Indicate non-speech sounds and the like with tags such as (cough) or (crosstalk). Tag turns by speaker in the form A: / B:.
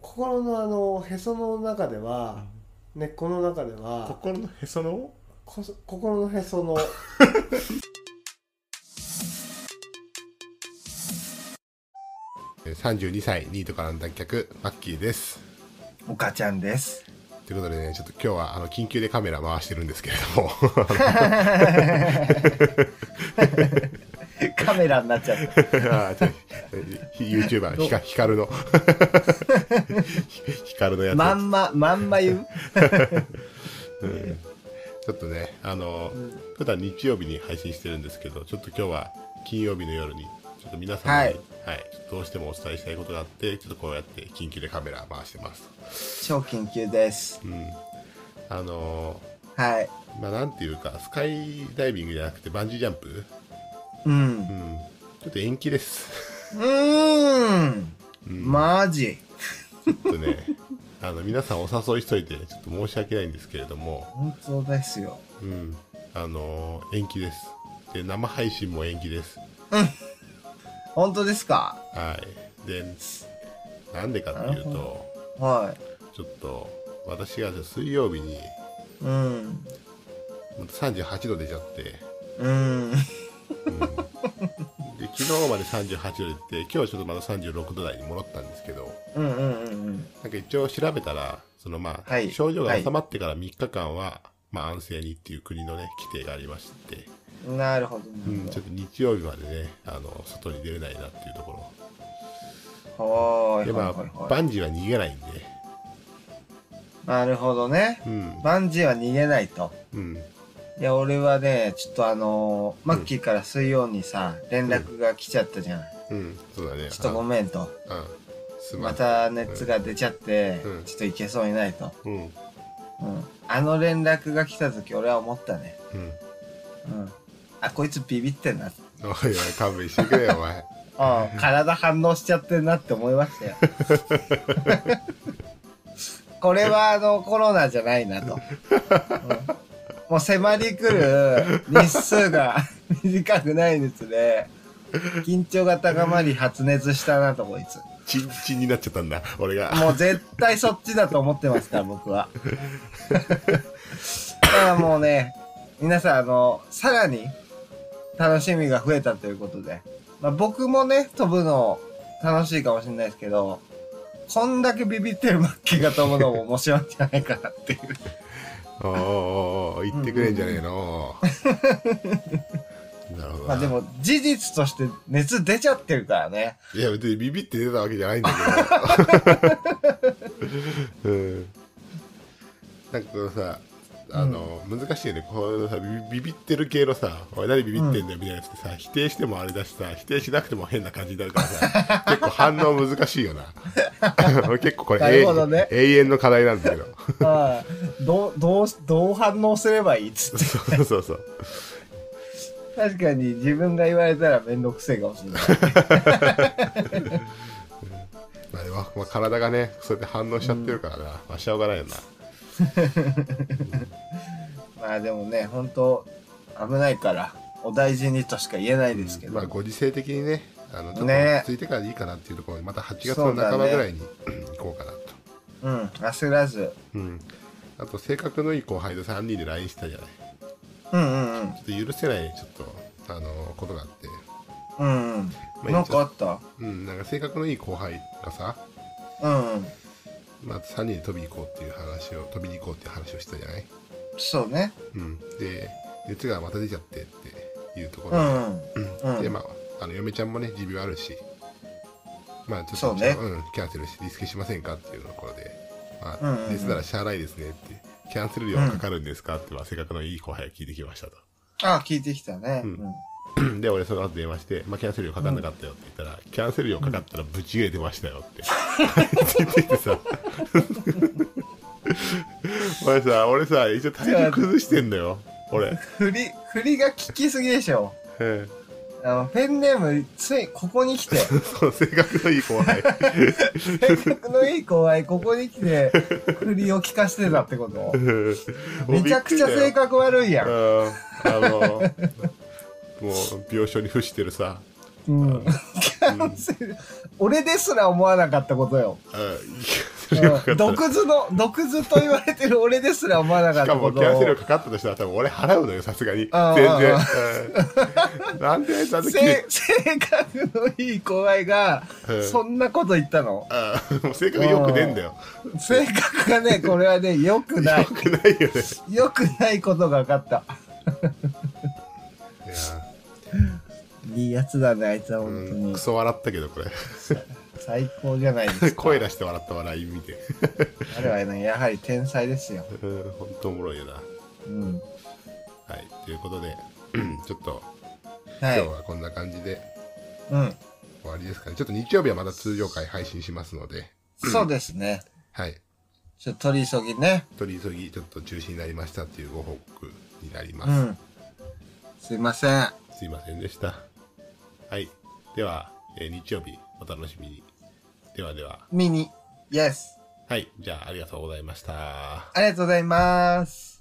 A: 心のあのへその中では、根っこの中では
B: 心のへその
A: こそ心のへその
B: 32歳ニートからの脱却マッキーです
C: おかちゃんです。 (laughs)
B: ということでねちょっと今日はあの緊急でカメラ回してるんですけれ
C: (laughs)
B: ども
C: カメラになっちゃった。
B: あー (laughs) ちょ YouTuber ひかヒカルの (laughs) ヒカルのやつ、
C: まんま、まんま言う。
B: うんちょっとねあの普段日曜日に配信してるんですけどちょっと今日は金曜日の夜にちょっと皆さんに、は
C: はいい
B: ちょっとどうしてもお伝えしたいことがあってちょっとこうやって緊急でカメラ回してます
C: 超緊急です。
B: うんあの
C: はい。
B: まあなんていうかスカイダイビングじゃなくてバンジージャンプ
C: うん。
B: う
C: うん
B: ちょっと延期です
C: ーん。マジ。
B: ちょっとね (laughs) あの皆さんお誘いしといてちょっと申し訳ないんですけれども
C: 本当ですよ。
B: うんあの延期ですで生配信も延期です
C: 本当ですか
B: はいでなんでかっていう
C: なる
B: と
C: は
B: ちょっと私が水曜日に
C: い。うん。
B: また38度出ちゃって
C: うん。
B: で昨日まで38度出て今日はちょっとまた36度台に戻ったんですけど
C: うんうんうんうん。
B: なんか一応調べたら、そのまあ、
C: はい
B: 症状が収まってから3日間は、まあ安静にっていう国のね、規定がありまして、
C: なるほど、
B: うん、
C: な
B: ちょ
C: る
B: っと日曜日までね、あの、外に出れないなっていうとこ
C: ほど。は
B: ろ。
C: ーい。
B: で、
C: は
B: ま
C: いはい
B: あ、
C: は
B: バンジーは逃げないんで、
C: い。なるほどね。
B: うん、
C: バンジーは逃げないと。
B: うん、
C: いや、俺はね、ちょっとあのーマッキーから水曜にさ、連絡が来ちゃったじゃん。
B: うん、そうだね。
C: ちょっとご
B: ん。
C: めんと。
B: うん、すま
C: ま
B: ん。
C: た熱が出ちゃって、
B: うん
C: ちょっといけそうにないと、
B: うん、うん、
C: うん、あの連絡が来た時俺は思ったね、うん、あこいつビビってんな
B: おいおい、勘弁してくれよ、お前。 (laughs)
C: ああ体反応しちゃってんなって思いましたよこれはあのコロナじゃないなと、うんもう迫り来る日数が (laughs) 短くないにつれ緊張が高まり発熱したなとこいつ
B: チンチンになっちゃったんだ、俺が。
C: もう絶対そっちだと思ってますから、僕は。だからもうね、皆さん、あの、さらに楽しみが増えたということで、まあ、僕もね、飛ぶの楽しいかもしれないですけど、こんだけビビってるマッキーが飛ぶのも面白いんじゃないかなっていう。
B: おーおーおー言ってくれんじゃねえの。
C: (laughs)
B: なるほどな。
C: まあでも、事実として熱出ちゃってるからね。
B: いや別にビビって出たわけじゃないんだけど、うん、なんかこのさあの、難しいよねこのさビビビビってる系のさ「おい何ビビってんだよ」みたいなやつってさ、否定してもあれだしさ否定しなくても変な感じになるからさ結構反応難しいよな (laughs) 俺結構これ
C: なるほどね
B: 永永遠の課題なんだけど (laughs)
C: ああどう、どう、どう反応すればいいっつって。
B: そうそうそう
C: 確かに自分が言われたらめんどくせえかもしれない。
B: まあでも、まあ、体がねそうやって反応しちゃってるからな、まあしょうがないよな
C: まあでもね、本当危ないから、お大事にとしか言えないですけど。
B: まあご時世的にねあのちょっと
C: ね
B: 落ち着いてからでいいかなっていうところにまた8月の半ばぐらいに、行こうかなと、
C: うん、焦らず。
B: うん、あと性格のいい後輩と3人で LINE したじゃない
C: うんうんうん。
B: ちょっと許せないちょっとあのことがあって、
C: うんうん。
B: まあ
C: なんかあった
B: うん、なんか性格のいい後輩がさ、
C: うんうん。
B: まあ、3人で飛びに行こうっていう話を飛びに行こうっていう話をしたじゃない、
C: そうね。
B: うん、で熱がまた出ちゃってっていうとこ
C: う
B: ろで、
C: んうん。
B: うん
C: うん
B: でまああの嫁ちゃんもね持病あるしまあちょっと
C: そうね
B: ん、キャンセルしてリスケしませんかっていうところで「ま
C: うんうん
B: あ
C: うん
B: 熱ならしゃあないですね」って「キャンセル料はかかるんですか?」ってまあ性格のいい後輩が聞いてきましたと (clears throat)
C: あ聞いてきたね。
B: う
C: うんん。
B: で俺その後電話して「まあ、キャンセル料かかんなかったよ」って言ったら「キャンセル料かかったらブチ切れてましたよ」
C: (laughs)
B: って言ってきてさ俺さ俺さ一応体重崩してんだよ
C: (laughs)
B: 俺、
C: 振り、振りが効きすぎでしょ。
B: うん、
C: あの、ペンネーム、つい、ここに
B: (laughs)
C: 来て、
B: そう性格のいい後
C: (laughs)
B: 輩
C: 性格のいい後輩、ここに来て、振りを効かせてたって
B: (laughs)
C: ことめちゃくちゃ性格悪いやん。
B: うんあのもう病床に伏してるさ
C: (laughs) うん。キャンセル、俺ですら思わなかったことよ。
B: あいやそれが分かったら
C: 毒図の毒図と言われてる俺ですら思わなかっ
B: したか
C: こ
B: も
C: と
B: キャンセルかかったとしたら多分俺払うのよさすがに全
C: ああ
B: 然
C: あ
B: うんなんであいつあんな切れ
C: せ性格のいい後輩が
B: うん
C: そんなこと言ったの
B: ああもう性格よくねえんだよ
C: 性格がねこれはね良くな
B: よ
C: い
B: くないよね
C: 良くないことが分かった
B: いや
C: いいやつだねあいつは本当
B: うん
C: に
B: クソ笑ったけどこれ (laughs)
C: 最高じゃないですか
B: 声出して笑った笑い見て
C: 彼はねやはり天才ですよ
B: うんほんとおもろいよな
C: うん
B: はいということでうんちょっ
C: は
B: と今
C: い
B: 日はこんな感じで
C: うん
B: 終わりですかねちょっと日曜日はまた通常回配信しますので
C: そうですね
B: はい
C: ちょっと取り急ぎね
B: 取り急ぎちょっと中止になりましたっていうご報告になります、
C: うんすいません
B: すいませんでした。はい。では、えー日曜日お楽しみに。ではでは。
C: ミニイエス
B: はい。じゃあ、ありがとうございました。
C: ありがとうございます